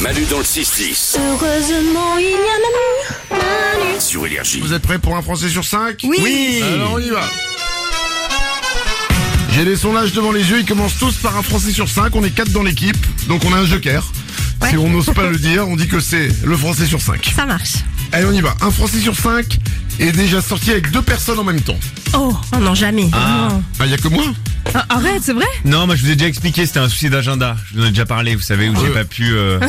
Manu dans le 6-10 Heureusement, il y a Manu. Manu. sur Énergie. Vous êtes prêts pour un Français sur 5 Oui. Alors on y va J'ai les sondages devant les yeux, ils commencent tous par un Français sur 5, on est 4 dans l'équipe, donc on a un joker. Si on n'ose pas le dire, on dit que c'est le Français sur 5. Ça marche. Allez on y va, un Français sur 5 est déjà sorti avec deux personnes en même temps. Oh, oh non, jamais. Non. Ah y a que moi Ah, arrête, c'est vrai Non, moi je vous ai déjà expliqué, c'était un souci d'agenda. Je vous en ai déjà parlé, vous savez, où j'ai Ouais. pas pu, euh,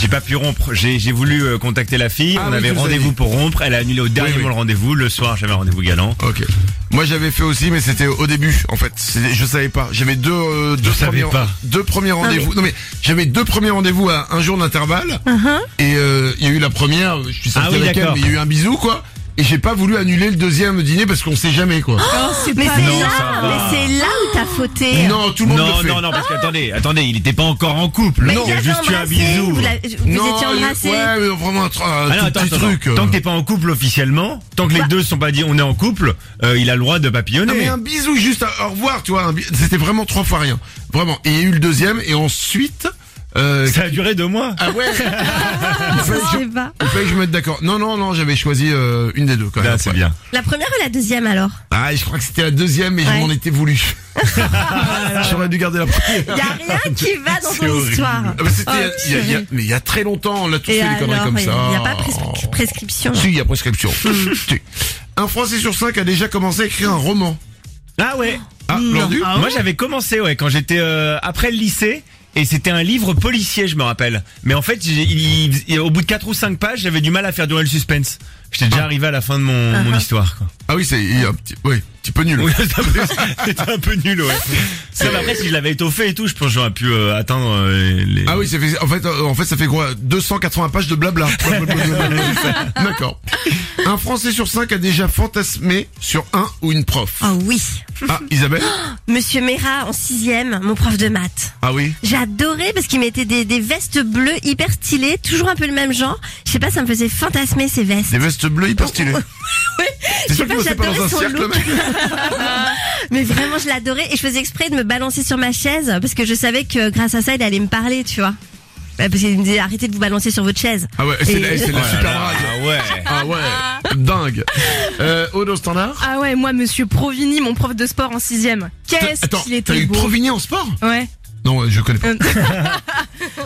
j'ai pas pu rompre. J'ai, j'ai voulu euh, contacter la fille. Ah on oui, avait je vous avais rendez-vous dit. pour rompre. Elle a annulé au dernier oui. moment le rendez-vous. Le soir, j'avais un rendez-vous galant. Ok. Moi j'avais fait aussi, mais c'était au début en fait. C'était- Je savais pas. J'avais deux, euh, deux, savais premiers, pas. Ah, deux premiers rendez-vous. Non mais j'avais deux premiers rendez-vous à un jour d'intervalle. Et euh, il y a eu la première. Je suis sorti Uh-huh. Ah oui, avec elle, d'accord. mais il y a eu un bisou quoi. Et j'ai pas voulu annuler le deuxième dîner parce qu'on sait jamais quoi. Ah, Mais pas c'est Non, là, ça va. mais c'est là où t'as fauté. non, tout le monde le Non, fait. Ah. non, non, parce que attendez, attendez, il était pas encore en couple. Mais il a vous avez juste eu un embrassé, bisou. Vous, l'avez- vous Non, étiez euh, embrassé. Ouais, mais vraiment un, tra- un Ah non, tout attends, petit attends, truc. attends. euh. Tant que t'es pas en couple officiellement, tant que les deux sont pas dit on est en couple, euh, il a le droit de papillonner. Non, mais un bisou juste à, au revoir, tu vois. un bi- C'était vraiment trois fois rien. Vraiment. Et il y a eu le deuxième et ensuite. Euh, Ça a duré deux mois. ah ouais. Je sais pas. Il fallait que je me mette d'accord. Non, non, non, j'avais choisi euh, une des deux quand même. Ah, c'est Ouais. bien. La première ou la deuxième alors Ah, je crois que c'était la deuxième, mais je Ouais. m'en étais voulu. J'aurais dû garder la première. Y a rien qui va dans Ah, C'est ton horrible. histoire. Ah, bah, c'était, Oh, il y a- il y a- mais il y a très longtemps, on l'a tous Et fait des conneries alors, comme il ça. Oh. n'y a pas prescri- prescription. Mm. Si, il y a prescription. Si. Un Français sur cinq a déjà commencé à écrire un roman. Ah ouais. Ah, Mm. Lordu Moi j'avais commencé ouais quand j'étais euh, après le lycée et c'était un livre policier je me rappelle. Mais en fait j'ai- il- il- au bout de 4 ou 5 pages j'avais du mal à faire durer le suspense. J'étais déjà arrivé à la fin de mon, mon histoire quoi. Ah oui, c'est il y a un petit, oui, un petit peu nul. Oui, c'était un peu- C'était un peu nul ouais. Non, mais après si je l'avais étoffé et tout je pense que j'aurais pu euh, atteindre euh, les... Ah oui, ça fait, en fait, euh, en fait, ça fait quoi 280 pages de blabla. D'accord. Un Français sur cinq a déjà fantasmé sur un ou une prof. Oh oui. Ah, Isabelle Monsieur Mera en sixième, mon prof de maths. Ah oui J'ai adoré parce qu'il mettait des, des vestes bleues hyper stylées, toujours un peu le même genre. Je sais pas, ça me faisait fantasmer ces vestes. Des vestes bleues hyper stylées. Je C'est sais sûr pas, qu'il bossait pas dans un j'adorais son cirque, le look. mec. Mais vraiment, je l'adorais et je faisais exprès de me balancer sur ma chaise parce que je savais que grâce à ça, il allait me parler, tu vois. Bah, Parce qu'il me disait arrêtez de vous balancer sur votre chaise. Ah ouais, c'est Et- la, c'est la Oh là super là, rage. ah ouais. Ah ouais, dingue. Euh, Aude au standard Ah ouais, moi, monsieur Provini, mon prof de sport en sixième. Qu'est-ce Attends, qu'il t'as était eu beau. Provigné en sport Ouais. Non, euh, je connais pas.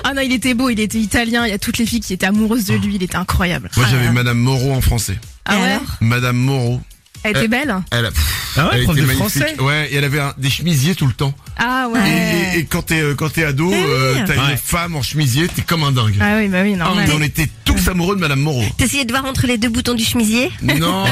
Ah non, il était beau, il était italien, il y a toutes les filles qui étaient amoureuses de lui, il était incroyable. Moi j'avais Madame Moreau en français. Ah Et ouais alors Madame Moreau, Elle était Euh, belle hein elle, a- pff, Ah ouais, elle prof était de magnifique. français Ouais, et elle avait un- des chemisiers tout le temps. Ah Et, ouais. et- et quand t'es euh, quand t'es ado, Mais oui. euh, t'as une Ouais. femme en chemisier, t'es comme un dingue. Ah oui, bah oui, Ah, normal. mais on était tous amoureux de Madame Moreau. T'essayais de voir entre les deux boutons du chemisier Non.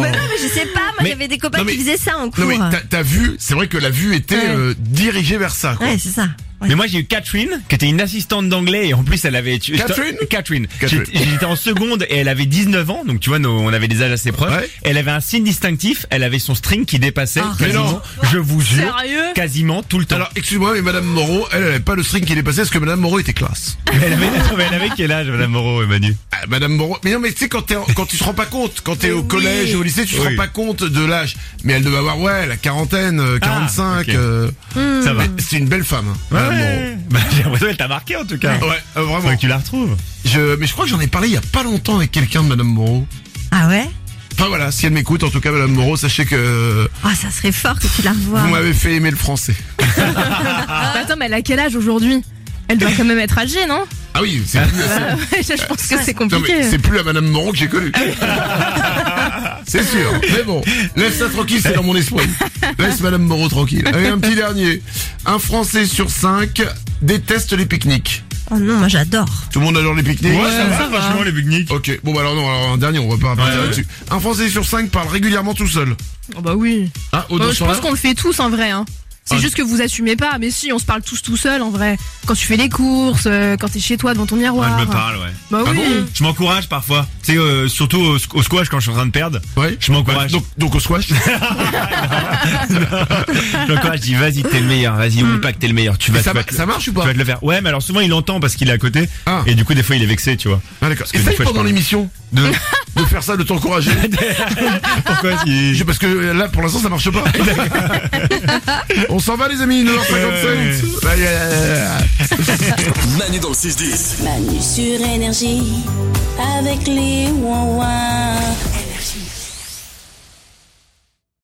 Mais non, mais je sais pas, moi Mais- j'avais des copains non, Oh. mais- qui faisaient ça en Non cours. mais t'as- t'as vu, c'est vrai que la vue était Ouais. euh, dirigée vers ça. Quoi. ouais, c'est ça. Ouais. Mais moi j'ai eu Catherine, qui était une assistante d'anglais et en plus elle avait tu- Catherine j'étais- Catherine. Catherine. J'étais j'étais en seconde et elle avait 19 ans, donc tu vois nos- on avait des âges assez proches. Ouais. Elle avait un signe distinctif, elle avait son string qui dépassait Ah, quasiment, mais non. je vous jure, Sérieux quasiment tout le temps. Alors excuse-moi, mais Madame Moreau, elle, elle avait pas le string qui est passé parce que Madame Moreau était classe. elle avait non, mais elle avait quel âge madame Moreau et Manu Ah, Madame Moreau. Mais non, mais tu sais quand t'es en- quand tu te rends pas compte, quand t'es au collège et au lycée, tu te Oui. rends pas compte de l'âge. Mais elle devait avoir ouais la quarantaine, euh, Ah, 45. ok. euh, Ça va. mais C'est une belle femme, hein, Madame Ouais. Bah, j'ai l'impression qu'elle t'a marqué en tout cas. Moreau. Ouais, euh, Faut vraiment. que tu la retrouves. Je, mais je crois que j'en ai parlé il y a pas longtemps avec quelqu'un de Madame Moreau. Ah ouais Enfin voilà, si elle m'écoute, en tout cas Madame Moreau, sachez que euh, Ah, ça serait fort que tu la revois. vous m'avez fait aimer le français. Bah Attends, mais elle a quel âge aujourd'hui Elle doit quand même être âgée, non Ah oui, c'est plus, Bah ouais, Je pense que c'est non, mais compliqué. c'est plus la Madame Moreau que j'ai connue. c'est sûr. Mais bon, laisse ça tranquille, c'est dans mon esprit. Laisse Madame Moreau tranquille. Allez, un petit dernier. Un Français sur cinq déteste les pique-niques. Oh non, moi j'adore. Tout le monde adore les pique-niques. franchement les pique Ok, bon bah alors non, alors un dernier, on va pas partir Ouais, ouais. là-dessus. Un Français sur cinq parle régulièrement tout seul. Oh bah oui. Ah, au Bah, je pense qu'on le fait tous en vrai. Hein. C'est Ah. juste que vous assumez pas, mais si, on se parle tous tout seul en vrai. Quand tu fais les courses, euh, quand t'es chez toi devant ton miroir. je me parle ouais. Bah Ah oui. bon Je m'encourage parfois. Tu sais euh, surtout au, squ- au squash quand je suis en train de perdre. Ouais. Je m'encourage. donc, donc au squash. Je m'encourage, je dis vas-y t'es le meilleur, vas-y oublie pas que t'es le meilleur. Tu vas Et Hmm. ça, tu vas ma- te- ça marche ou Tu pas vas te le faire. Ouais, mais alors souvent il l'entend parce qu'il est à côté. Ah. Et du coup, des fois, il est vexé, tu vois. Ah, d'accord. que des Essaye fois, je pendant parle. l'émission de, de faire ça, de t'encourager. Pourquoi Je- Parce que euh, là, pour l'instant, ça marche pas. On s'en va, les amis, 9h57. Ouais, ouais, Bye, bye, bye, bye. Manu dans le 6-10. Manu sur énergie avec les ouin-ouin.